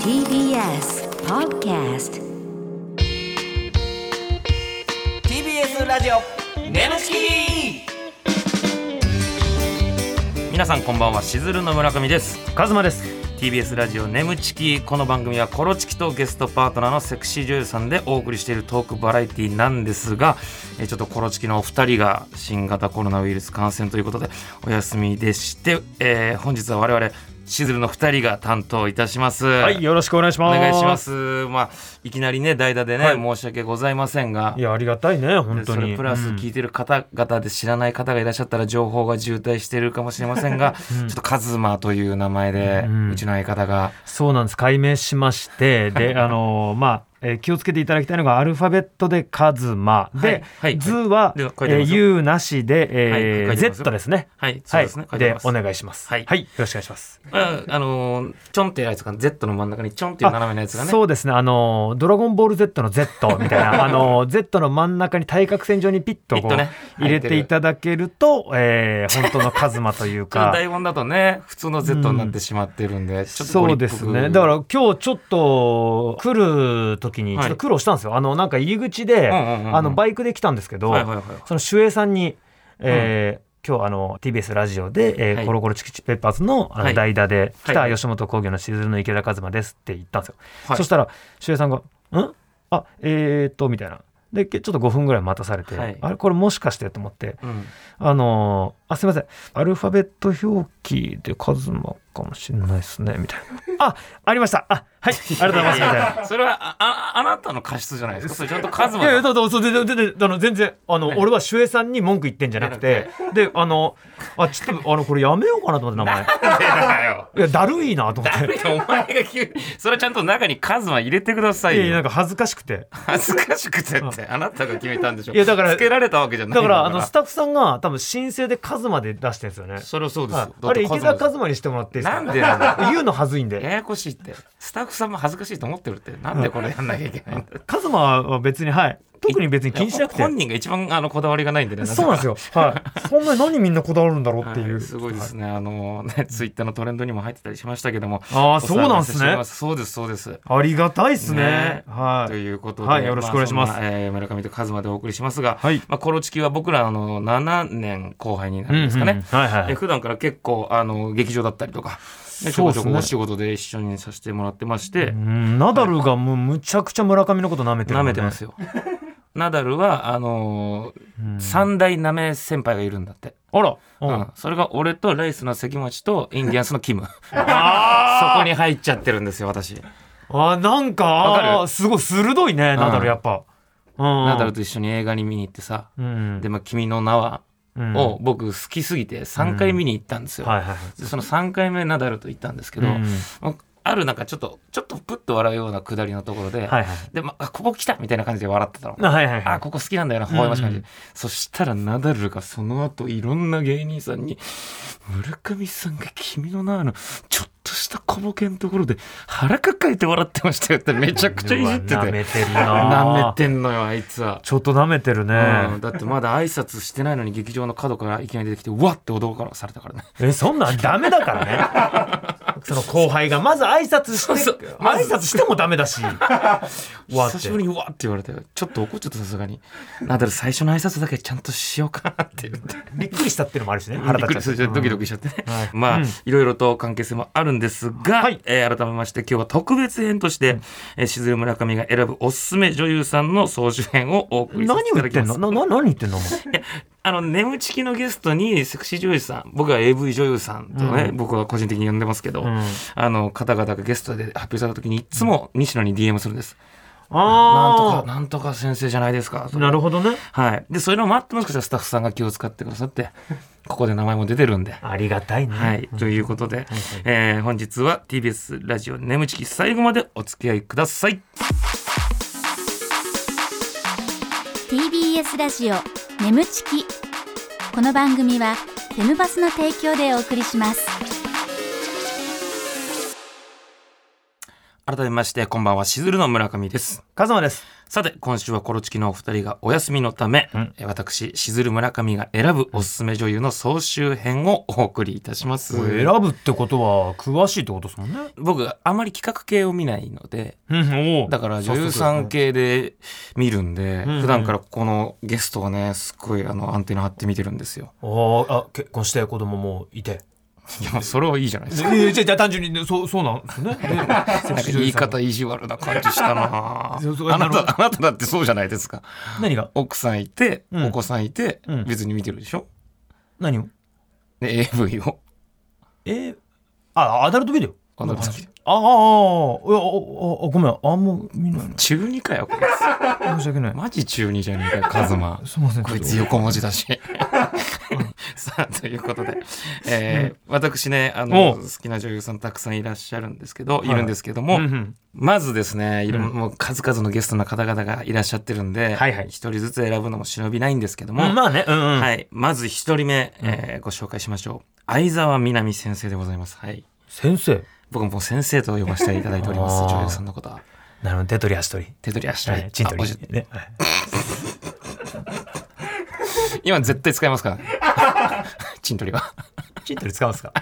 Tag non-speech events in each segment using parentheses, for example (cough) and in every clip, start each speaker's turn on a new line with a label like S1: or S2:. S1: TBS Podcast
S2: TBS ラジオ
S3: ネムチ
S4: 皆さんこんばんはしずるの村上です
S3: キカズマです
S4: TBS ラジオネムチキこの番組はコロチキとゲストパートナーのセクシー女優さんでお送りしているトークバラエティなんですがえーちょっとコロチキのお二人が新型コロナウイルス感染ということでお休みでして、えー本日は我々しずるの二人が担当いたします
S3: はいよろしくお願いし
S4: お
S3: ます
S4: 願いしますまあいきなりね代打でね、
S3: はい
S4: 申し訳ございませんが
S3: いやありがたいね本
S4: で
S3: 当
S4: そ
S3: に
S4: れプラス
S3: うん
S4: 聞いてる方々で知らない方がいらっしゃったら情報が渋滞してるかもしれませんが、 (laughs) ちょっとカズマという名前で、う
S3: うん
S4: ちの相方が
S3: そうなんです解明しましてであのーまあえー気をつけていただきたいのがアルファベットでカズマで、
S4: はいはい
S3: ズは、
S4: で
S3: え
S4: は書いてあり
S3: ー
S4: ます
S3: U なしで、えー
S4: はい書いてあります
S3: Z ですね。
S4: はいそうですね書
S3: はいい、
S4: てあり
S3: で
S4: ます
S3: お願いします。
S4: はい
S3: よろしくお願いします。
S4: ああのーチョンってやつが Z の真ん中にチョンっていう斜めのやつがね
S3: そうですね。あのードラゴンボール Z の Z みたい
S4: (laughs)
S3: なあのー Z の真ん中に対角線上にピッとこ
S4: ピッと
S3: う
S4: ね
S3: 入れていただけると、えー本当のカズマという
S4: (laughs) この
S3: か。
S4: 台本だとね普通の Z になってしまってるんで、ちょっとゴリ
S3: そう
S4: っぽ
S3: で
S4: く
S3: すねだから今日ちょっと来る時に
S4: はい
S3: ちょっと苦労したんですよ、あのなんか入り口で、
S4: うんうんうんうん
S3: あのバイクで来たんですけど、
S4: はいはいはい
S3: その守衛さんに、えー今日あの TBS ラジオで、えー
S4: はい
S3: コロコロチキチキペッパーズのあ
S4: は
S3: の
S4: い
S3: 代打で来
S4: は
S3: た
S4: い
S3: 吉本興業のしずるの池田和馬ですって言ったんですよ、
S4: はい
S3: そしたら守衛さんが「んあえー、っと」みたいなでけちょっと5分ぐらい待たされて、
S4: はい
S3: あれこれもしかしてと思って
S4: うん
S3: あのーあすいませんアルファベット表記でカズマかもしれないですねみたいなあありましたあはいありがとうございますみたいな。
S4: それはあああなたの過失じゃないですかそれちゃんとカズ
S3: い
S4: マ
S3: やいや
S4: の
S3: だだそう全然全然あの全然あの、
S4: はい
S3: 俺は守衛さんに文句言ってんじゃなくてであのあちょっとあのこれやめようかなと思って名前
S4: なんでだよ
S3: いやだるいなと思って
S4: いや (laughs) お前が急にそれはちゃんと中にカズマ入れてください
S3: い
S4: よ
S3: やいやなんか恥ずかしくて
S4: 恥ずかしくてってあなたが決めたんでしょ
S3: いやだから
S4: つけられたわけじゃない
S3: だ
S4: ん
S3: からあのスタッフさんが多分申請でカズマで出してるんですよね、
S4: それはそうです
S3: はい
S4: よだ
S3: あ
S4: って
S3: れ
S4: カ
S3: 池
S4: ズマ
S3: 田和馬にしてもらっていいですか
S4: なんでなの
S3: 言うの恥ずいんで
S4: ややこしいってスタッフさんも恥ずかしいと思ってるってなんでこれやんなきゃいけないんだ
S3: カズマは別にはい特に別に気にしなくて
S4: 本人が一番あのこだわりがないんでね
S3: そうなんです
S4: (laughs)
S3: よはいそんなに何みんなこだわるんだろう
S4: は
S3: っていう
S4: すごいですね、あのねツイッターのトレンドにも入ってたりしましたけども
S3: あーそうなんで
S4: お騒がせ
S3: すね
S4: しておりますそうですそうです
S3: ありがたいですね
S4: ね
S3: は
S4: と
S3: い
S4: いうことで、
S3: はいよろしくお願いします
S4: あそんなえー村上とカズマでお送りしますが、
S3: はい
S4: まあ、コロチキは僕らの7年後輩になるんですかね、
S3: うんうんはいはい
S4: え普段から結構あの劇場だったりとかねちょこちょこお仕事で一緒にさせてもらってまして、
S3: うんナダルがもうむちゃくちゃ村上のこと舐めてる
S4: 舐
S3: もんね
S4: めてますよナダルはあのー三大舐め先輩がいるんだって、
S3: あらう
S4: うんん、それが俺とライスの関町とインディアンスのキ
S3: (laughs)
S4: ムそこに入っちゃってるんですよ私
S3: あなん
S4: わか
S3: かあ
S4: る
S3: すごい鋭いねナダルやっぱうん
S4: ナダルと一緒に映画に見に行ってさ
S3: うん
S4: で、まあ、君の名は
S3: うん
S4: を僕好きすぎて3回見に行ったんですよ、
S3: はいはいはい
S4: でその3回目ナダルと行ったんですけど、
S3: うん
S4: まああるなんかちょっとちょっとプッと笑うようなくだりのところで、
S3: はいはい
S4: で、まあ、ここ来たみたいな感じで笑ってたの。
S3: あはいはいは
S4: あ
S3: い
S4: ここ好きなんだよな、ほほ笑ましい感じ、
S3: うん
S4: そしたらナダルがその後いろんな芸人さんに、村上さんが君の名のちょっとした小ボケのところで腹抱えて笑ってましたよってめちゃくちゃいじってて。
S3: うわ舐めてる
S4: 舐め
S3: な
S4: てんのよ、あいつは。
S3: ちょっと舐めてる
S4: うん
S3: ね
S4: だってまだ挨拶してないのに劇場の角からいきなり出てきて、うわって驚かされたからね。
S3: えそんなんダメだから (laughs) ねその後輩がまず挨拶して
S4: そうそうま
S3: 挨拶してもダメだしわって
S4: 久しぶりにうわって言われて、ちょっと怒っちゃったさすがに。ナダル最初の挨拶だけちゃんとしようかなって言って。
S3: びっくりしたっていうのもあるしね
S4: 腹
S3: 腹
S4: 立
S3: 立っ
S4: っ
S3: ちゃ
S4: ちゃ
S3: って
S4: ドキドキしちゃってね、
S3: はい
S4: まあ、
S3: うん
S4: いろいろと関係性もあるんですが、
S3: はい
S4: えー改めまして今日は特別編として、えーしずる村上が選ぶおすすめ女優さんの総集編をお送りさせて
S3: 何
S4: いた
S3: を
S4: だき
S3: 言って
S4: ま
S3: ん
S4: す
S3: のな (laughs) な何言ってんのお前
S4: あの眠ちきのゲストにセクシー女優さん僕は AV 女優さんとね、僕は個人的に呼んでますけど、
S3: ん
S4: あの方々がゲストで発表された時にいつも西野に DM するんです、なんと
S3: あ
S4: かなんとか先生じゃないですか
S3: あなるほどね
S4: はいでそういうのを待ってもしかしたらスタッフさんが気を使ってくださ
S3: (laughs)
S4: ってここで名前も出てるんで
S3: ありがたいね
S4: はい、ということで、えー本日は TBS ラジオ眠ちき最後までお付き合いください。
S1: TBS ラジオ眠ちきこの番組はテムバスの提供でお送りします
S4: 改めまして、こんばんは、しずるの村上です。
S3: カズマです
S4: さて今週はコロチキのお二人がお休みのため、
S5: うん
S4: え私しずる村上が選ぶおすすめ女優の総集編をお送りいたします
S3: これ選ぶってことは詳しいってことですもんね。
S4: 僕あまり企画系を見ないので
S3: うん、お
S4: だから女優さん系で見るんで、
S3: うん
S4: 普段からこのゲストをねすっごいあのアンテナ張って見てるんです
S3: (laughs)
S4: よ
S3: おーあ結婚して子供もいて。
S4: いやそれはいいじゃないです
S3: え
S4: か
S3: ーじゃあじゃあ単純にねそうそう (laughs) なんですね。で
S4: なんか言い方意地悪な感じしたなあ
S3: (laughs) そうそう
S4: な
S3: なるほど
S4: たあなただってそうじゃないですか
S3: 何が
S4: 奥さんいて、
S3: うん
S4: お子さんいて、
S3: うん
S4: 別に見てるでしょ
S3: 何を
S4: で AV を
S3: えーあアダルトビデオ。
S4: アダルトビデ
S3: ああああああごめんあんま見ない
S4: 中2かよこれ
S3: 申し訳ない。
S4: マジ中2じゃねえかよカズマ
S3: すみません。
S4: こいつ横文字だし (laughs) さあということで、えー私ねあの
S3: お
S4: 好
S3: う
S4: きな女優さんたくさんいらっしゃるんですけど、
S3: い
S4: い、るんですけども、
S3: もうんうん
S4: まずですね、いろ
S3: うん
S4: もう数々のゲストの方々がいらっしゃってるんで、
S3: はいはい
S4: 一人ずつ選ぶのも忍びないんですけども、
S3: まあねうんうん。
S4: はい、まず一人目、えーご紹介しましょう。相沢みなみ先生でございます。はい。
S3: 先生
S4: 僕ももう先生と呼ばせていただいております。
S3: あー
S4: 女優さんのことは。
S3: なるほど手取り足取り。
S4: 手取り足
S3: は
S4: 取り。
S3: い、チン取
S4: あおじ
S3: り。ね、はい
S4: 今絶対使います
S3: (laughs)
S4: からね。チン取りは。
S3: チン取り使うん (laughs) ですか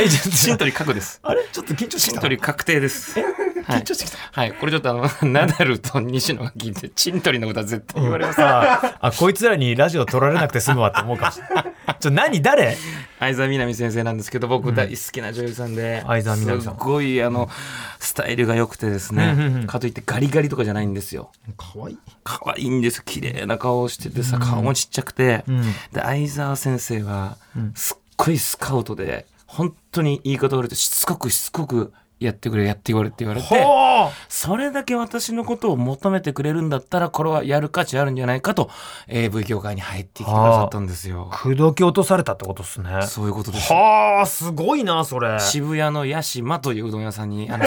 S3: え、ちょっと
S4: チン取り確です。
S3: あれちょっと緊張して
S4: チ
S3: き
S4: ン
S3: た。
S4: 取り確定です。はい
S3: 緊張してきた。
S4: はい。これちょっとあの、 (laughs) ナダルと西野が聞いて、チン取りのことは絶対言われます。
S3: さあ、あ、こいつらにラジオ取られなくて済むわって思うかもしれない。 (laughs) ちょ、何誰
S4: 相沢みなみ先生なんですけど、僕大好きな女優さんで、
S3: 相沢みなみさん
S4: すごい、あの、スタイルが良くてです
S3: うんうんう
S4: ね、
S3: ん
S4: かといってガリガリとかじゃないんですよ。
S3: かわいい。
S4: 可愛いんです綺麗な顔をしててさ顔もちっちゃくて、
S3: うん
S4: で相沢先生はすっごいスカウトで本当に言い方悪いとしつこくしつこくやってくれやって言われって言われて
S3: ほ
S4: それだけ私のことを求めてくれるんだったらこれはやる価値あるんじゃないかと AV 業界に入ってきてくださったんですよ
S3: う。口説き落とされたってことっすね。
S4: そういうことです
S3: はあ、すごいな、それ。
S4: 渋谷の屋島といううどん屋さんにあの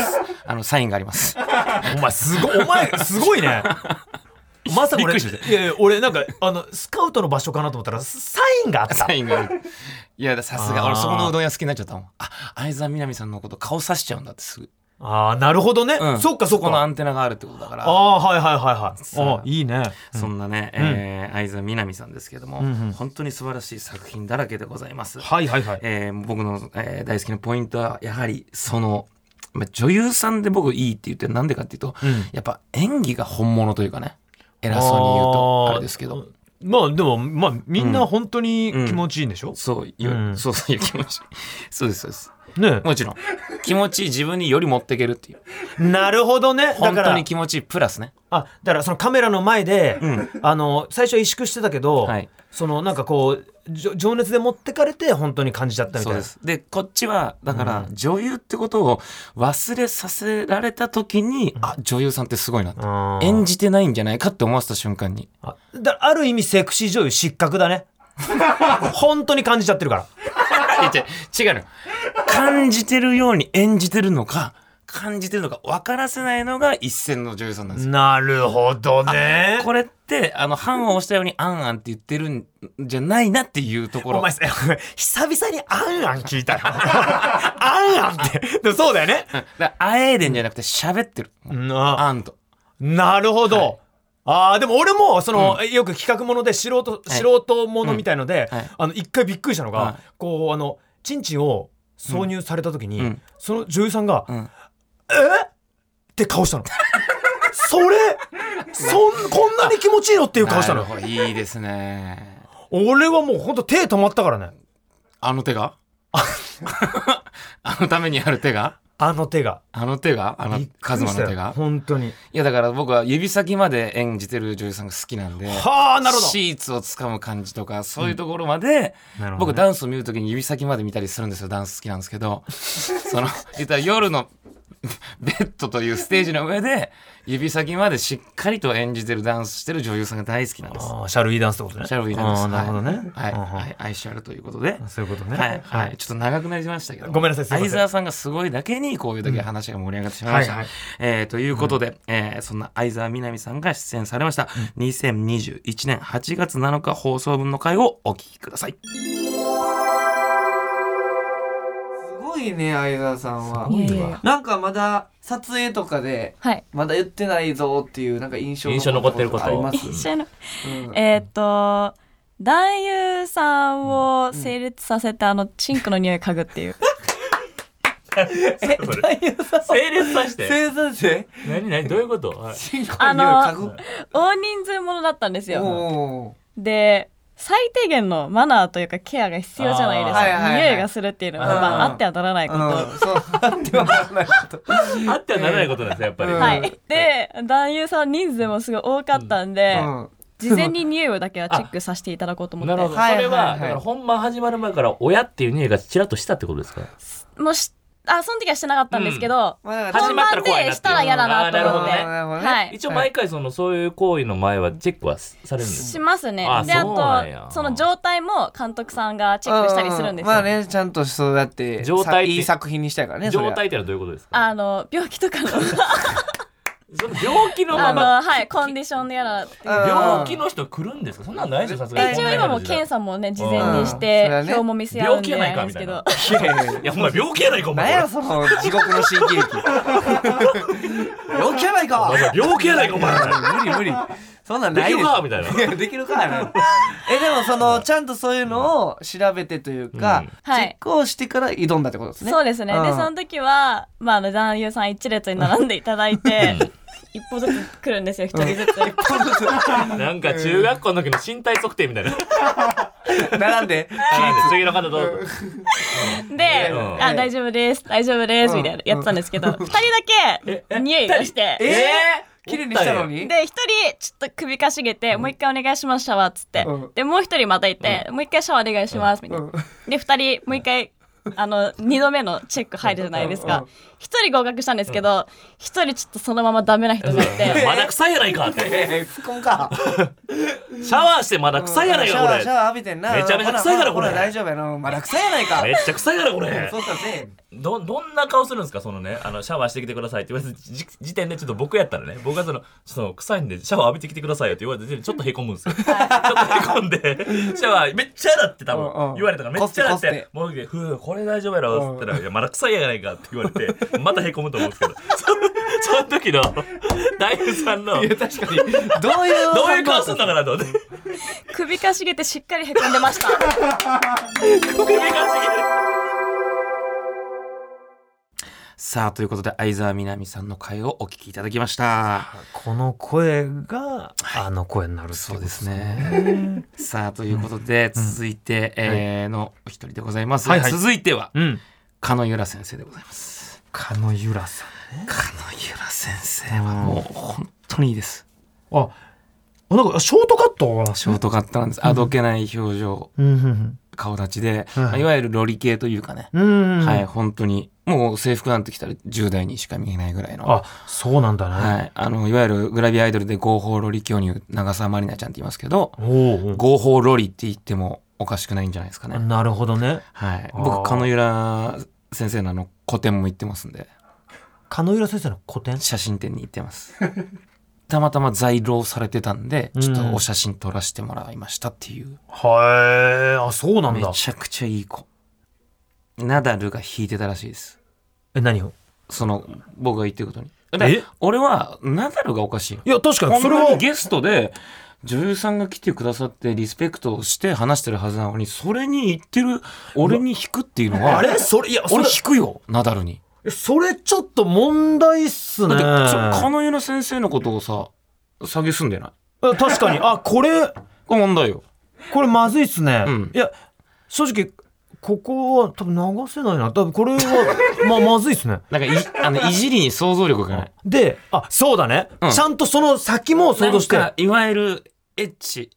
S4: あのサインがあります
S3: お前、すごい、お前、すごいね。 (laughs) まさか
S4: びっく
S3: 俺、
S4: り
S3: い
S4: し
S3: やいや、俺なんか、あの、スカウトの場所かなと思ったら、サインがあった
S4: サ。インがあるいやさすが
S3: あー
S4: 俺そこのうどん屋好きになっちゃったもんあ相沢みなみさんのこと顔さしちゃうんだってすぐ
S3: ああ、なるほどね。
S4: うん
S3: そっかそっ
S4: このア
S3: か。
S4: ンテナがあるってことだから
S3: ああ、はいはいはいはい。
S4: さ
S3: あいいね。
S4: そんなね、
S3: ん
S4: えー相沢みなみさんですけども、
S3: うんうん
S4: 本当に素晴らしい作品だらけでございます、
S3: はいはいはい。
S4: えー僕の、えー大好きなポイントはやはりそのまあ女優さんで僕いいって言ってるのなんでかっていうと、
S3: うん
S4: やっぱ演技が本物というかね偉そうに言うとあれですけど
S3: まあでもまあみんな本当に気持ちいいんでしょ、
S4: そういう、
S3: うん
S4: そうそういう気持ち (laughs) そうですそうです
S3: ね
S4: もちろん気持ち自分により持っていけるっていう
S3: なるほどねだ
S4: 本
S3: か
S4: 当
S3: ら
S4: に気持ちいいプラスね
S3: あだからそのカメラの前で、
S4: うん
S3: あの最初は萎縮してたけど、
S4: はい
S3: そのなんかこうじょ情熱で持ってかれて本当に感じちゃったみた
S4: そ
S3: いうな
S4: です。で、こっちは、だから、女優ってことを忘れさせられた時に、あ、女優さんってすごいなって。
S3: うん
S4: 演じてないんじゃないかって思わせた瞬
S3: (laughs)
S4: 間に。
S3: あだからある意味セクシー女優失格だね (laughs) 本当に感じちゃってるから
S4: いや違う違うの。感じてるように演じてるのか、感じてるのか分からせないのが一線の女優さんなんですよ。
S3: なるほどね
S4: これって、あの、判を押したように、あんあんって言ってるんじゃないなっていうとこ
S3: お
S4: ろ
S3: 前。 (laughs) さ久々に「あんあん」聞いたよ (laughs) あんあんってでもそうだよね
S4: だからあえいでんじゃなくて喋ってる。
S3: な
S4: あんと。
S3: なるほど。ああでも俺もその、よく企画もので素人、
S4: はい
S3: 素人ものみたいので、
S4: うんはい
S3: あの一回びっくりしたのが、
S4: はい
S3: こうあのチンチンを挿入された時に、
S4: うん
S3: その女優さんが「
S4: ん
S3: えっ?」て顔したの。それそんこんなに気持ちいいのっていう顔したの
S4: なるほどいいですね。
S3: 俺はもうほんと手止まったからね
S4: あの手があのためにある手が
S3: あの手が
S4: あの手があの
S3: びっくりした
S4: カズマの手が
S3: 本当に
S4: いやだから僕は指先まで演じてる女優さんが好きなんで。
S3: はあなるほど
S4: シーツを掴む感じとかそういうところまで、
S3: なるほどね
S4: 僕ダンスを見るときに指先まで見たりするんですよダンス好きなんですけ
S3: (laughs)
S4: どその言ったら夜のベッドというステージの上で指先までしっかりと演じてるダンスしてる女優さんが大好きなんです。
S3: あーシャルイーダンスってことね
S4: シャルウィーダンス
S3: あーなるほどね
S4: はい、
S3: うんうん
S4: はい、愛しあるということで
S3: そういうことね
S4: はい、はい、ちょっと長くなりましたけど。
S3: ごめんなさいすいません
S4: 相沢さんがすごいだけに、こういうだけ話が盛り上がってしまいました。
S3: うんはいはい
S4: えーということで、えーそんな相沢みなみさんが出演されました、2021年8月7日放送分の回をお聞きください。
S2: すごいいね相沢さんは
S6: ごいわ
S2: なんかまだ撮影とかで
S6: はい
S2: まだ言ってないぞっていうなんか印象
S7: 印象残ってること
S2: あります
S6: 一緒の
S2: うん
S6: えーっと男優さんを成立させてあのチンクの匂い嗅
S2: (laughs)
S6: ぐっていう
S2: え男優さん
S7: 整列させて。
S2: 生産生
S7: 何何どういうことはい
S2: 進行に嗅ぐ
S6: 大人数ものだったんですよ
S2: お
S6: で最低限のマナーというかケアが必要じゃないですか、
S2: あーはいはいはい
S6: 匂いがするっていうのは、まあ、
S2: うん
S6: あってはならない
S2: ー
S6: こと、
S2: うんそうあってはならないこと
S7: あってはならないことなんですよやっぱり。
S2: うん
S6: は。い、で男優さん人数もすごい多かったんで、事前に匂いをだけはチェックさせていただこうと思
S7: なるほ
S6: っ
S7: ど。そ
S2: はい
S7: れ
S2: はいは
S7: は、
S2: い
S7: だから本番始まる前から親っていう匂いがちらっとしたってことですか
S6: てもうしあその時はしてなかったんですけど、
S2: まあ
S7: 始
S6: 本
S7: まった
S6: 番
S7: ら怖い
S6: で
S7: なっていう
S6: したら嫌だなと思って
S2: あーなるほどね
S6: は
S7: うん
S6: い
S7: 一応毎回そのそういう行為の前はチェックはされるんです
S6: し
S7: か
S6: ますね
S7: あ
S6: であ
S7: そうなんや
S6: とその状態も監督さんがチェックしたりするんですよ、
S2: まあねちゃんとそうだって
S7: 状態って
S2: いい作品にしたいからねそれ
S7: 状
S2: は
S7: 態ってのはどういうことですか
S6: あの病気と
S7: (laughs)
S6: かの
S7: その病気のま
S6: あ
S7: ま
S6: の、はい、コンディションのやらっていう
S2: うん
S7: 病気の人来るんですかそんなのないですよさすがに
S6: 一応今も検査もね事前にして
S2: うんそれはね
S6: 表も見せ合うんで
S7: 病気やない
S6: あ
S7: か
S6: れですけ
S2: い
S6: ど
S7: み
S2: やいやいや
S7: いやお前病気やないかお
S2: なん
S7: 前
S2: やその地獄の
S7: (laughs)
S2: 新喜劇病気やないか
S7: お前病気やないかお前
S2: (laughs) 無理無理そんなん
S7: で
S2: な
S7: き
S2: い
S7: る
S2: です
S7: かみたいない
S2: やできるかやないえでもそのちゃんとそういうのを調べてというか、
S7: うん
S6: はい
S2: チェックをしてから挑んだってことですね
S6: そうですね、
S2: う
S6: で
S2: ん
S6: その時は、まあ、あの男優さん一列に並んでいただいて一歩ずつ来るんですよ一人ずつ、
S7: なんか中学校の時の身体測定みたいな
S2: 並んで
S7: 次の方どうぞ
S6: で、
S7: うん
S6: あ「大丈夫です大丈夫です」みたいなやってたんですけど、二人だけ匂いがして
S2: え
S6: で
S2: ー、綺麗にしたのに
S6: 一人ちょっと首かしげて「もう一回お願いしますシャワー」っつって、
S2: うん
S6: でもう一人またいて、もう一回シャワーお願いします」みたいな、
S2: うん
S6: で二人もう一回あの2度目のチェック入るじゃないです
S2: うん
S6: か一人合格したんですけど一人ちょっとそのままダメな人がいて。
S7: まだ臭いやないかって
S2: えー、吹っ込むか
S7: シャワーしてまだ臭いやない
S2: シ
S7: か
S2: ャ
S7: こ
S2: ワーシャ
S7: れ
S2: ワー浴びてんな
S7: めちゃめちゃ臭いから
S2: ほ
S7: これ
S2: ほ大丈夫やなまだ臭いやないか
S7: めっちゃ臭いやろこ
S2: うん
S7: れ
S2: そうかせ
S7: どどんな顔するんですかそのねあのシャワーしてきてくださいって言われた時時点でちょっと僕やったらね僕がそのその臭いんでシャワー浴びてきてくださいよって言われた時点でちょっとへこむんですよ、ちょっとへこんでシャワーめっちゃ嫌だって多分
S2: うんうん
S7: 言われたからめっちゃ嫌だっ
S2: こすって
S7: てもうふうこれ大丈夫やろって言ったらいやまだ臭いやないかって言われてまたへこむと思うんですけどそその時の大夫さんのどういう
S2: 確かにどういう
S7: 顔すんのかなと思って
S6: 首かしげてしっかりへこんでました
S4: さあということで相沢みなみさんの回をお聞きいただきました
S5: この声があの声になるってい
S4: そう
S5: こと
S4: ですねさあということで続いて、えーのお一人でございます、
S5: はいはい
S4: 続いては
S5: うん
S4: 加野由良先生でございます
S5: 加野由良さ
S4: 加野由良先生はもう本当にいいです
S5: んあなんかショートカットは
S4: ショートカットなんですあどけない表情
S5: うんうん
S4: 顔立ちで、
S5: うん
S4: まあいわゆるロリ系というかね、
S5: うんうんうん
S4: はい本当にもう制服なんて着たら10代にしか見えないぐらいの
S5: あそうなんだね、
S4: はい、あのいわゆるグラビアアイドルで合法ロリ巨乳長澤まりなちゃんって言いますけど
S5: おうおう
S4: 合法ロリって言ってもおかしくないんじゃないですかね、
S5: なるほどね
S4: はい、
S5: あー
S4: 僕金浦先生のあの個展も行ってますんで
S5: 加野由良先生の古典
S4: 写真展に行ってます
S5: (laughs)
S4: たまたま在廊されてたんで
S5: うん
S4: ちょっとお写真撮らせてもらいましたっていう、
S5: はいあそうなん
S4: め
S5: だ
S4: ちゃくちゃいい子ナダルが弾いてたらしいです
S5: え何を
S4: その僕が言ってることに
S5: え
S4: で俺はナダルがおかしいよ
S5: いや確かに
S4: そ
S5: それ
S4: れは
S5: は
S4: ゲストで女優さんが来てくださってリスペクトをして話してるはずなのにそれに言ってる俺に引くっていうのは
S5: あれそれいやそ
S4: 俺
S5: れ
S4: 引くよナダルに
S5: それちょっと問題っす
S4: だ
S5: ね
S4: ってちょ金井の先生のことをさ下げすんでない
S5: あ確かにあこれ
S4: これ問題よ
S5: これまずいっすね、
S4: うん
S5: いや正直ここは多分流せないな多分これはまあまずいっすね
S4: なんかいあのいじりに想像力がない
S5: であそうだね、
S4: うん
S5: ちゃんとその先も想像して
S4: なんかいわゆるエッチ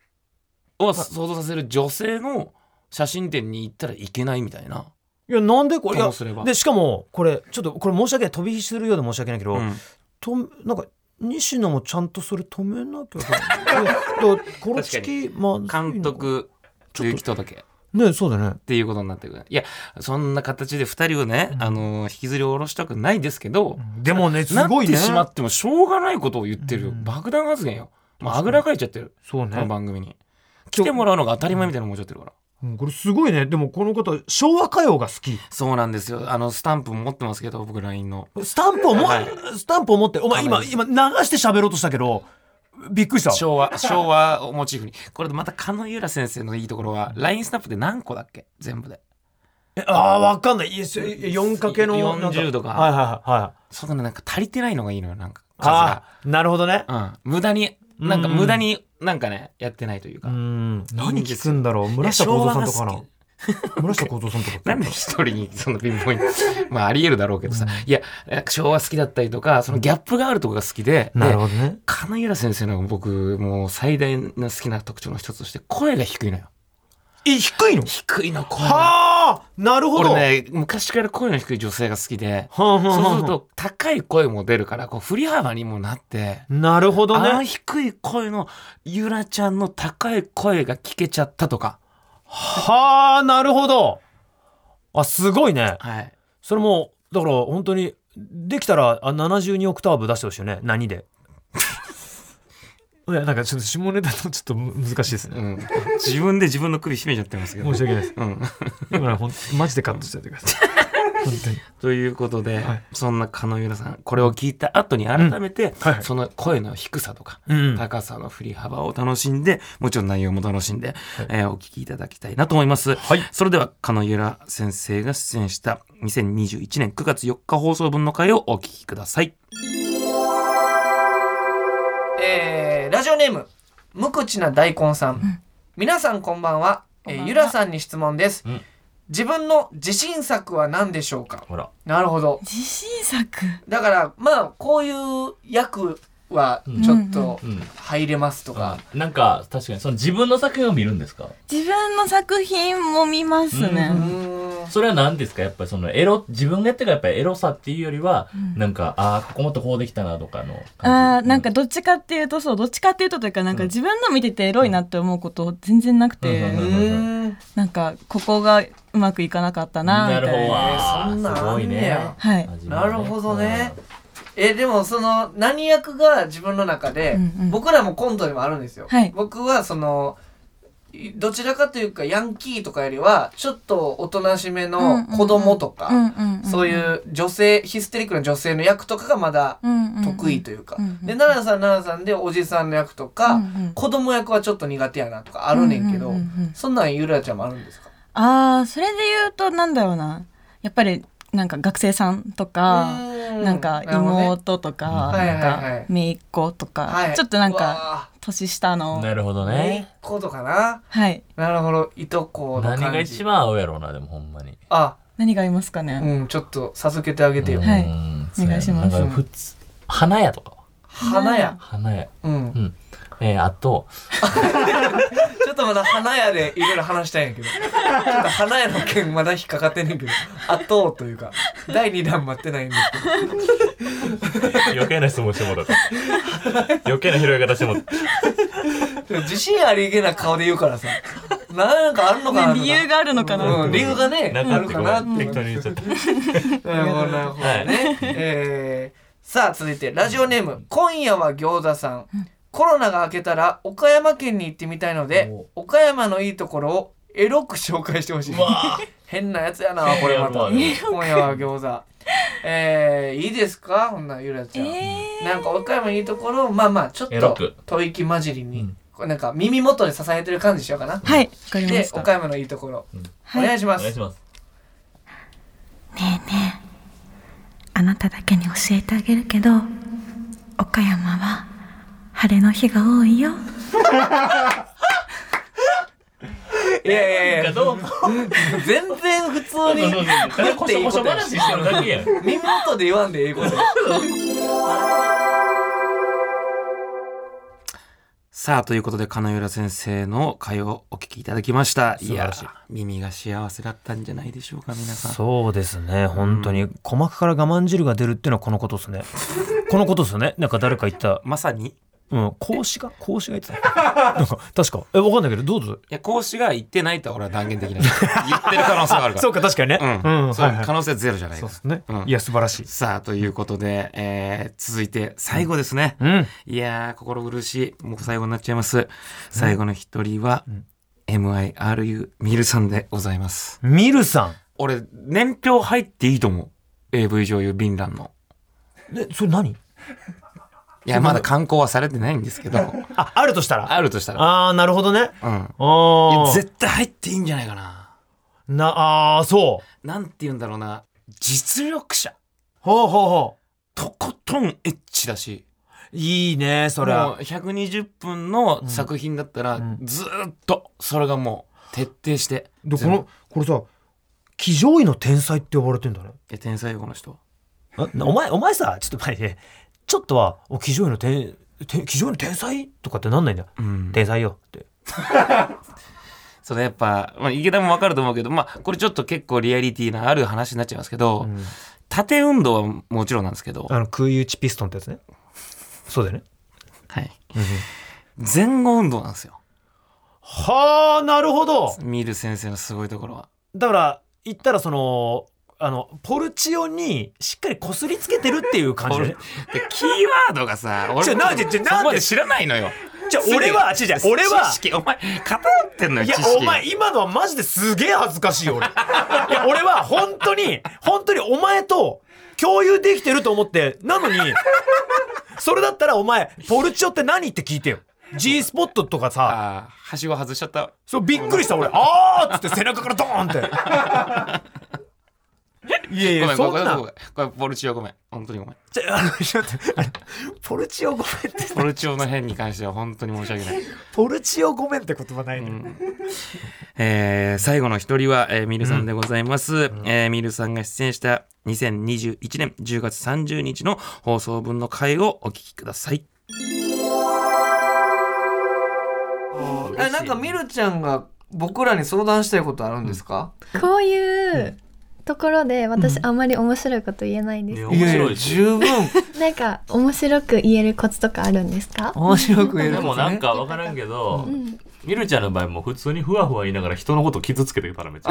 S4: を想像させる女性の写真展に行ったらいけないみたいない
S5: やなんでこれい
S4: と
S5: や
S4: もすれば
S5: でしかもこれちょっとこれ申し訳ない飛び火するようで申し訳ないけど、
S4: うん
S5: となんか西野もちゃんとそれ止めなきゃいけ
S4: (laughs)
S5: ないいやだからコロチキまずいのか
S4: 監督という人だけ
S5: ねそうだね
S4: っていうことになってくるいやそんな形で2人をね、あの引きずり下ろしたくないですけど、
S5: でもねすごいね
S4: なってしまってもしょうがないことを言ってるよ、
S5: うん
S4: 爆弾発言よもうあぐらかいちゃってる
S5: そう
S4: この
S5: ね
S4: 番組に来てもらうのが当たり前みたいなのもんちゃってるから、
S5: うんこれすごいねでもこの方昭和歌謡が好き
S4: そうなんですよあのスタンプ持ってますけど僕 LINE の
S3: スタンプをも、
S4: はい
S3: スタンプを持って、お前今、今流して喋ろうとしたけど、びっくりした。
S4: 昭和昭和をモチーフにこれでまた狩野由良先生のいいところは LINE スタンプで何個だっけ全部で
S3: えああ、わかんない。いや、4かけの。なん
S4: 40とか
S3: はいはいはいはい。
S4: そこでなんか足りてないのがいいのよなんか数
S3: あ
S4: が、
S3: あ、なるほどね。
S4: うん、無駄になんか
S3: うん
S4: 無駄になんかねやってないという
S3: う
S4: か、
S3: ん。
S4: いい
S3: 何
S4: んで
S3: 聞
S4: す
S3: く
S4: よ
S3: んだろう村下
S4: いや
S3: 幸
S4: 昭
S3: 三
S4: 和
S3: さん
S4: が
S3: とか
S4: 好
S3: な
S4: き。
S3: 村下幸三さんとか。
S4: なんで一人にそのピンポイン (laughs) トまあありえるだろうけどさ、いや昭和好きだったりとかそのギャップがあるとこが好きでで
S3: なるほどね。
S4: 金浦先生の僕もう最大の好きな特徴の一つとして声が低いのよ
S3: え、低いの
S4: 低いの声が
S3: はあなるほど。
S4: 俺ね昔から声の低い女性が好きで
S3: はあはあはあ
S4: そ
S3: はあ
S4: うすると高い声も出るからこう振り幅にもなって
S3: なるほど
S4: あの
S3: ね。
S4: 低い声のゆらちゃんの高い声が聞けちゃったとか
S3: はあなるほど。あ、すごいね。
S4: はい
S3: それも、だから本当に、できたらあ72オクターブ出してほしいよね。何で。 (laughs) いや、なんかちょっと下ネタのちょっとむ難しいです
S4: う
S3: ね。
S4: ん自分で自分の首絞めちゃってますけど
S3: 申し訳ないです。
S4: うん
S3: でもね、ほんマジでカットしててくだ (laughs) さい。本当に。
S4: ということで、
S3: はい
S4: そんな狩野由良さんこれを聞いた後に改めて、
S3: はいはい
S4: その声の低さとか、
S3: うん
S4: 高さの振り幅を楽しんでもちろん内容も楽しんで、えーお聞きいただきたいなと思います、それでは狩野由良先生が出演した2021年9月4日放送分の回をお聞きください
S2: えーラジオネーム無口な大根さん、皆さんこんばんは、えー
S6: こんばんは
S2: ゆらさんに質問です、
S7: うん
S2: 自分の自信作は何でしょうか
S7: ほら。
S2: なるほど
S6: 自信作
S2: だからまあこういう役はちょっと
S7: うんうん
S2: 入れますとか、
S7: なんか、確かに、その自分の作品を見るんですか
S6: 自分の作品も見ます
S2: う
S6: ね。
S2: ーん
S7: それは何ですかやっぱりそのエロ、自分がやってるからやっぱりエロさっていうよりは、なんか、ああ、ここもっとこうできたなとかの
S6: あーなんか
S7: か、
S6: どっちかっていうとそうどっちかっていうとというかなんか自分の見ててエロいなって思うこと全然なくて、
S7: うんうん
S2: うーん
S6: なんかここがうまくいかなかったなみ
S7: なる
S6: たい
S7: ほど。
S6: な。
S7: わ
S2: そんなん
S7: ーす
S2: あ
S7: ご
S2: ん
S7: い
S2: ね
S7: ね
S2: や。
S6: はい。
S7: 味も
S2: なるほどね。えでもその何役が自分の中で、
S6: うんうん
S2: 僕らもコントでもあるんですよ、
S6: はい
S2: 僕はそのいどちらかというかヤンキーとかよりはちょっとおとなしめの子供とか、
S6: うんうんん
S2: そういう女性ヒステリックな女性の役とかがまだ得意というか、
S6: うんうんうん
S2: で奈良さん奈良さんでおじさんの役とか、
S6: うんうん
S2: 子供役はちょっと苦手やなとかあるねんけど、
S6: うんうんうんうん
S2: そんなんゆらちゃんもあるんですか
S6: ああそれで言うとなんだろうなやっぱりなんか学生さんとか、なんか妹とか、
S2: なるほどね
S6: なん
S2: はいはいはい
S6: か姪っ子とか、
S2: はい
S6: ちょっとなんか
S2: か
S6: 年下の
S7: なるほど
S2: 姪っ
S7: ね。
S2: 子とかな
S6: はい
S2: なるほどいとこの感
S7: 何
S2: じ
S7: が一番合うやろうな、でもほんまに。
S2: あ
S6: 何がいますかね、
S2: うんちょっと授けてあげてよ、
S7: うん
S6: はい
S7: そ
S6: お
S7: うやな
S6: 願いします
S7: なんか普通、花屋とかは。
S2: 花屋
S7: 花屋。
S2: うん
S7: うん。えー、あと、
S2: ちょっとまだ花屋でいろいろ話したいんやけどちょっと花屋の件まだ引っかかってんねんけどあとうというか第2弾待ってないんですけど
S7: (laughs) 余計な質問してもら (laughs) った。余計な拾い方してもらった。
S2: 自信ありげな顔で言うからさなんかあるのかなとか
S6: 理由があるのかな、
S2: うん理由がね
S7: な
S2: あ
S7: ん
S2: る
S7: か
S2: かな
S7: あ
S2: っ
S7: ってて
S2: い
S7: ご
S2: う
S7: めん適当に言っちゃった。
S2: なるほどなるほどね。えーさあ続いてラジオネーム今夜は餃子さん。コロナが明けたら岡山県に行ってみたいので岡山のいいところをエロく紹介してほしい。 (laughs) 変なやつやなこれまた。
S7: いや
S2: 今夜は餃子。えー、いいですかこんなんゆらちゃん。
S6: えー
S2: なんか岡山のいいところをまあまあちょっ
S7: エロ
S2: と
S7: く
S2: 吐息混じりに、
S7: うん
S2: こうなんか耳元で支えてる感じしようかな。
S6: はいわかりま
S2: で
S6: した
S2: 岡山のいいところ、
S7: ん
S2: お願いしま
S7: お
S2: す。
S7: 願いします。
S8: あなただけに教えてあげるけど岡山は晴れの日が多いよ
S2: いやいやいや。
S7: どう
S2: 全然普通に
S7: ただこしょこしょ話してるだけやん。
S2: 耳元で言わんでええこと (laughs)
S4: さあということで金浦先生の会をお聞きいただきましたいや耳が幸せだったんじゃないでしょうか皆さん
S3: そうですね本当に鼓膜から我慢汁が出るっていうのはこのことです (laughs) ねこのことですよねなんか誰か言った、
S4: まさに
S3: うん、講師が講師が言って (laughs) たなんか確かえわかんないけどどうぞ
S4: いや講師が言ってないとは俺は断言で (laughs) きない言ってる可能性があるから
S3: そうか確かにね
S4: うん、そう
S3: はいはい
S4: 可能性ゼロじゃない
S3: そ
S4: か
S3: う
S4: ら
S3: ですね、
S4: うん
S3: いや素晴らしい
S4: さあということで、えー続いて最後ですね、
S3: うん
S4: いやー心苦しいもう最後になっちゃいます最後の一人は、え MIRU ミルさんでございます。
S3: ミルさ
S4: 俺、年表入っていいと思う。AV 女優ビンランの。
S3: ん。え、それ何
S4: いや、まだ観光はされてないんですけど、
S3: あ、あるとしたら。
S4: (laughs) あるとしたら。
S3: ああ、なるほどね。
S4: うん。い
S3: あ
S4: や
S3: あ。
S4: 絶対入っていいんじゃないかな。
S3: な、ああ、そう。
S4: なんて言うんだろうな。実力者。
S3: ほうほうほ
S4: とことんエッチだし。
S3: う。いいね、それ
S4: もう
S3: は。
S4: 120分の作品だったら、ずーっとそれがもう徹底して
S3: で、この、これさ、騎乗位の天才って呼ばれてんだね。
S4: え天才よこの人
S3: なお前、お前さ、ちょっと前ね、ちょっとは、お騎乗位の天、て騎乗位の天才とかってなんないんだよ。
S4: うん
S3: 天才よって。
S4: それやっぱ、まあ、池田もわかると思うけど、まあ、これちょっと結構リアリティのある話になっちゃいますけど、
S3: うん
S4: 縦運動はもちろんなんですけど、
S3: あの、空打ちピストンってやつね。そうだよね。
S4: はい、前後運動なんですよ
S3: はあ、なるほど。
S4: ミール先生のすごいところは
S3: だから、言ったらその、あの、ポルチオにしっかりこすりつけてるっていう感じだね。
S4: でキーワードが
S3: (laughs)
S4: さ
S3: ち
S4: 俺
S3: ょ
S4: も
S3: なんでち
S4: そ
S3: ょなんで
S4: こまで知らないのよ
S3: じゃあ俺は、違う違う、俺は
S4: 知、識お前偏ってんのよ
S3: いや
S4: 知識
S3: お前今のはマジですげえ恥ずかしいよ俺いや俺は本当に本当にお前と共有できてると思ってなのにそれだったらお前ポルチオって何って聞いてよ G スポットとかさ
S4: あーはしご外しちゃった
S3: そうびっくりした俺あーっつって背中からドーンっていや
S4: ご
S3: い
S4: め
S3: や
S4: ん
S3: そ
S4: ご
S3: ん
S4: めん
S3: な
S4: ごめんごめんポルチオごめん本当にご (laughs) めん
S3: ちょあのちょっとあのポルチオごめんって
S4: ポルチオの変に関しては本当に申し訳ない。
S3: ポルチオごめんって言葉ないね、
S4: (laughs) えー最後の一人は、えーミルさんでございます、えーミルさんが出演した2021年10月30日の放送分の回をお聞きください。
S2: えなんかみるちゃんが僕らに相談したいことあるんですか、
S9: こういうところで私あんまり面白いこと言えないんですけど、
S7: 面白いし。
S2: 十分
S9: なんか面白く言えるコツとかあるんですか、
S2: 面白く言えるで
S7: で
S2: すね
S7: もなんかわからんけど
S9: う、ん、
S7: みるちゃんの場合も普通にふわふわ言いながら人のこと傷つけてたらめっちゃ。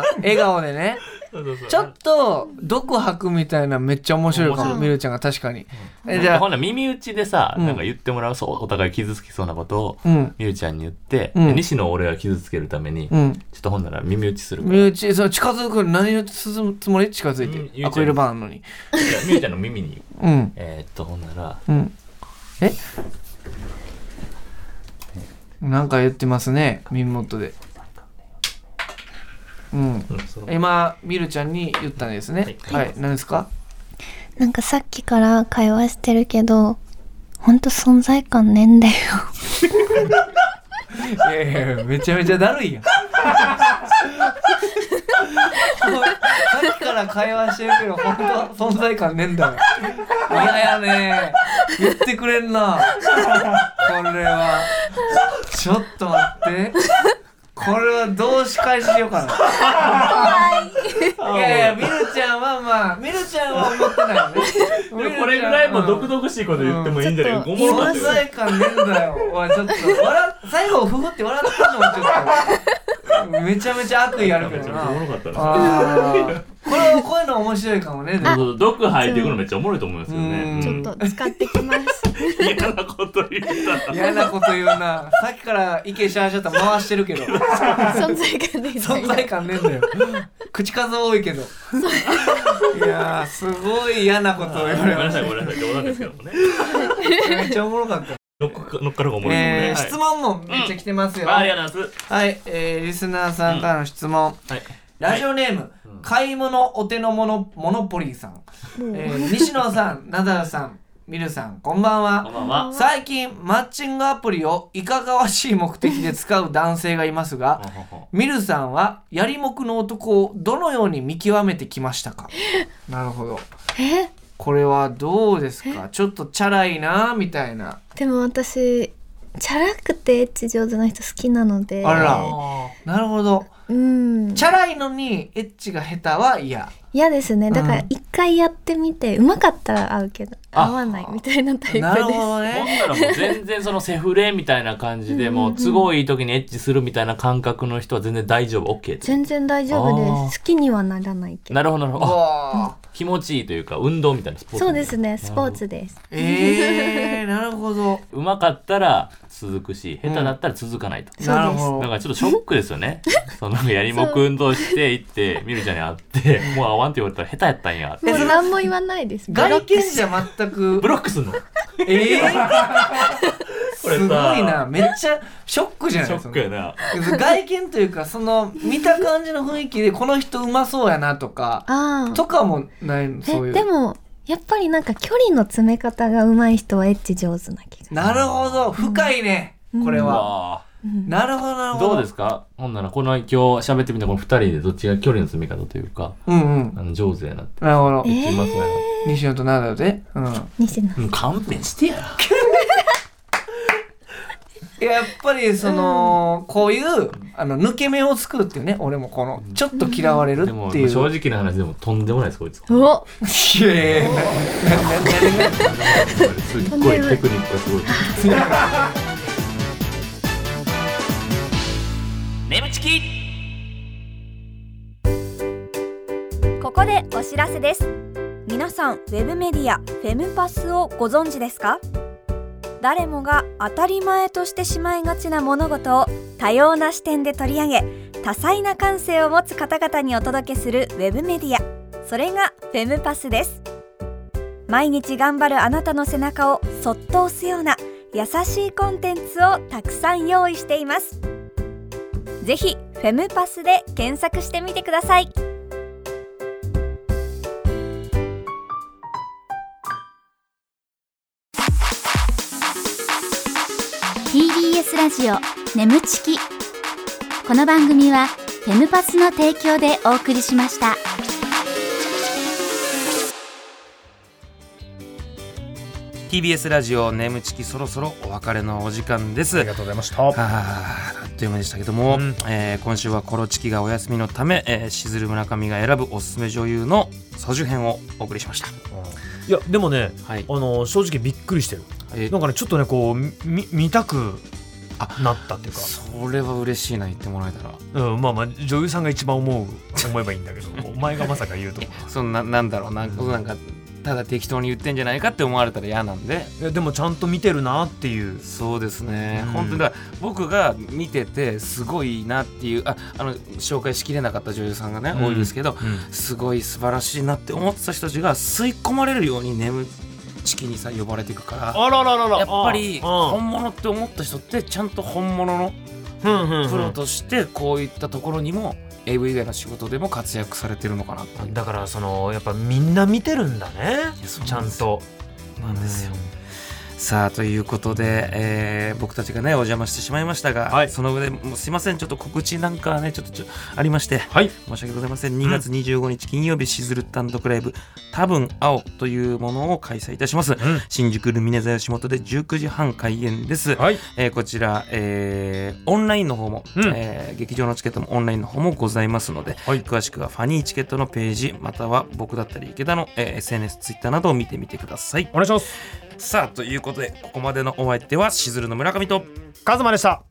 S2: あー笑顔でね
S7: そうそうそう
S2: ちょっと毒吐くみたいなめっちゃ面白いか
S7: 面
S2: も
S7: 白い
S2: みるちゃんが確かに、えじ
S7: じゃ
S2: ゃ
S7: あほ
S2: あ
S7: んなら耳打ちでさ、
S2: うん
S7: なんか言ってもらうそうお互い傷つきそうなことを
S2: うん
S7: みるちゃんに言って、
S2: うん
S7: で西野を俺が傷つけるため
S2: う
S7: に、ちょ
S2: ん
S7: っとほんなら耳打ちするから
S2: 身内その近づく何を進むつもり近づ
S7: う
S2: い
S7: んゆうち
S2: て
S7: ゃ
S2: ア
S7: ん
S2: クリル板あんのに
S7: じゃあみるちゃんの耳に
S2: うん
S7: えーっとほんなら
S2: うんえなんか言ってますね耳元でうん
S7: うんその
S2: 今みるちゃんに言ったんですね
S7: は
S2: はいい何ですか
S9: なんかさっきから会話してるけどほんと存在感ねんだよ
S2: いやいやいやめちゃめちゃだるいやんさっきから会話してるけど本当存在感ねえんだよ嫌やね言ってくれんなこれはちょっと待ってこれはどう仕返ししようかないやいやみるちゃんはまあみるちゃんは思ってないよねみるちゃんは
S7: これぐらいもう毒々しいこと言ってもいいんじゃない
S9: うん
S7: ごもろなん
S2: 存
S7: だよ
S2: 在感ねえんだよ。おい、ちょっと、笑っ、最後、ふふって笑ったのもちょっと。めちゃめちゃ悪意あるけ
S7: め
S2: ど
S7: ちゃ
S2: な
S7: めちゃお。もろかった
S2: あ
S7: な
S2: ーこれはこういうの面白いかもね。でも
S7: 毒吐いていくのめっちゃおもろいと思いますよ
S2: うん
S7: ね
S9: ちょっと使ってきます
S2: (laughs)
S7: うん嫌なこと言った
S2: 嫌なこと言うな。さっきから意見しゃーしゃった回してるけど、
S9: 存在感ねんだ
S2: 存
S9: よ
S2: 在感ねえんだよ。口数多いけど。いやー、すごい嫌なことを言わ
S7: ごめ
S2: れ
S7: ん
S2: ま
S7: な
S2: し
S7: さ
S2: た
S7: い。ごめんなさい冗談ですけどもね
S2: めっちゃおもろかった。
S7: 乗っか乗っかる方がおもろいと思
S2: え
S7: うね
S2: ー、
S7: はい
S2: 質問もめっちゃ来てますよ。
S7: あありがとうございます
S2: はい、えー、リスナーさんからの質問。
S7: はい
S2: ラジオネーム、買い物お手のものモノポリーさん、えー西野さ
S7: (laughs)
S2: ん、ナダルさん、ミルさん、こんばん
S7: こん
S2: は。
S7: ばんは
S2: 最近マッチングアプリをいかがわしい目的で使う男性がいますが、ミルさんはやりもくの男をどのように見極めてきましたか。 (laughs) なるほど。
S9: え
S2: これはどうですか。ちょっとチャラいなみたいな。
S9: でも私チャラくてエッチ上手な人好きなので
S2: あら、なるほど。
S9: うん
S2: チャラいのにエッチが下手は嫌。
S9: い嫌ですねだから一回やってみてうまかったら合うけど
S7: あ
S9: 合わないみたいなタイプです
S2: なるほど
S7: ほん
S2: ね
S7: ならもう全然そのセフレみたいな感じでもう都合いい時にエッチするみたいな感覚の人は全然大丈夫 OK って
S9: 全然大丈夫
S7: あ
S9: で
S7: ー
S9: す好きにはならないけど
S7: なるほどなる
S2: (laughs) う
S7: ほどあ
S2: わー
S7: 気持ちいいというか運動みたいなスポーツ
S9: そうですねスポーツです
S2: えー、なるほ
S7: (laughs)
S2: ど
S7: うまかったら続くし下手だったら続かないと、
S2: なるほ
S7: だ
S2: ど
S7: からちょっとショックですよねそのやりもくんとして行ってみるちゃんに会ってもう会わんって言われたら下手やったんやって
S9: もう何も言わないです
S2: 外見じゃ全く
S7: ブロックすんの
S2: ええ
S7: (laughs) これ
S2: す
S7: さ
S2: ごいなめっちゃショックじゃない
S7: ショ
S2: です
S7: ッ
S2: か
S7: クやな
S2: 外見というかその見た感じの雰囲気でこの人うまそうやなとか
S9: ああ
S2: とかもないのそうい
S9: え
S2: う
S9: でもやっぱりなんか距離の詰め方が上手い人はエッチ上手な気が
S2: なるほど深いね、これ
S7: う
S2: は、
S7: わ
S2: なるほどなる
S7: ー
S2: ほど
S7: どうですかほんならこの今日喋ってみたこの2人でどっちが距離の詰め方というか
S2: うんうん
S7: あの上手やなって
S2: なるほど、
S9: え
S7: 言いますね、
S2: 西野と奈良でうん
S9: 西野
S7: もう勘弁してや
S2: いややっぱりその、こういうあの抜け目を作るっていうね俺もこのちょっと嫌われる
S7: でも
S2: っていう、
S7: 正直な話でもとんでもないですこいつ
S9: お
S2: (laughs) いやいやいや
S7: すっごいテクニックがすごい
S1: ここでお知らせです皆さんウェブメディアフェムパスをご存知ですか誰もが当たり前としてしまいがちな物事を多様な視点で取り上げ多彩な感性を持つ方々にお届けするウェブメディアそれがフェムパスです毎日頑張るあなたの背中をそっと押すような優しいコンテンツをたくさん用意していますぜひフェムパスで検索してみてください
S10: TBS ラジオ眠ちきこの番組はフェムパスの提供でお送りしました
S4: す TBS ラジオ眠ちきそろそろお別れのお時間です
S3: ありがとうございました。
S4: あーあっという間でしたけども、
S3: うん
S4: えー今週はコロチキがお休みのため、えー、しずる村上が選ぶおすすめ女優の総集編をお送りしました。
S3: いや、でもね、
S4: はい
S3: あの正直びっくりしてる。
S4: えー
S3: なんかね、ちょっとね、こう、み見たくなったっていうか。
S4: それは嬉しいな言ってもらえたら
S3: うん、まあまあ、女優さんが一番思う、思えばいいんだけど、お前がまさか言うとは。 (laughs)
S4: そんななんだろうな,、
S3: うん
S4: なんかただ適当に言ってんじゃないかって思われたら嫌なんで
S3: いや、でも、ちゃんと見てるなっていう。
S4: そうですね、
S3: うん
S4: 本当にだから僕が見ててすごいなっていうああの紹介しきれなかった女優さんがね、
S3: うん
S4: 多いですけど
S3: うん
S4: すごい素晴らしいなって思ってた人たちが吸い込まれるように眠ちきにさ呼ばれていくから。
S3: あらららら。
S4: やっぱり
S3: あ
S4: 本物って思った人ってちゃんと本物の
S3: うんうんうんうん
S4: プロとしてこういったところにも AV 以外の仕事でも活躍されてるのかなっていう
S3: だからそのやっぱみんな見てるんだね
S4: いやそう
S3: ちゃ
S4: なん
S3: ん
S4: です
S3: と
S4: なんですよさあということで、えー僕たちがねお邪魔してしまいましたが、
S3: はい
S4: その上でもうすいませんちょっと告知なんかねちょっとちょありまして
S3: はい
S4: 申し訳ございません2月25日金曜日しずる単独ライブ「多分青」というものを開催いたします、
S3: ん
S4: 新宿ルミネ座吉本で19時半開演です、
S3: はい
S4: えーこちら、えーオンラインの方も、
S3: うん
S4: えー劇場のチケットもオンラインの方もございますので、
S3: はい
S4: 詳しくはファニーチケットのページまたは僕だったり池田の、えー SNS ツイッターなどを見てみてください
S3: お願いします
S4: さあということでここまでのお相手はしずるの村上と
S3: カズマでした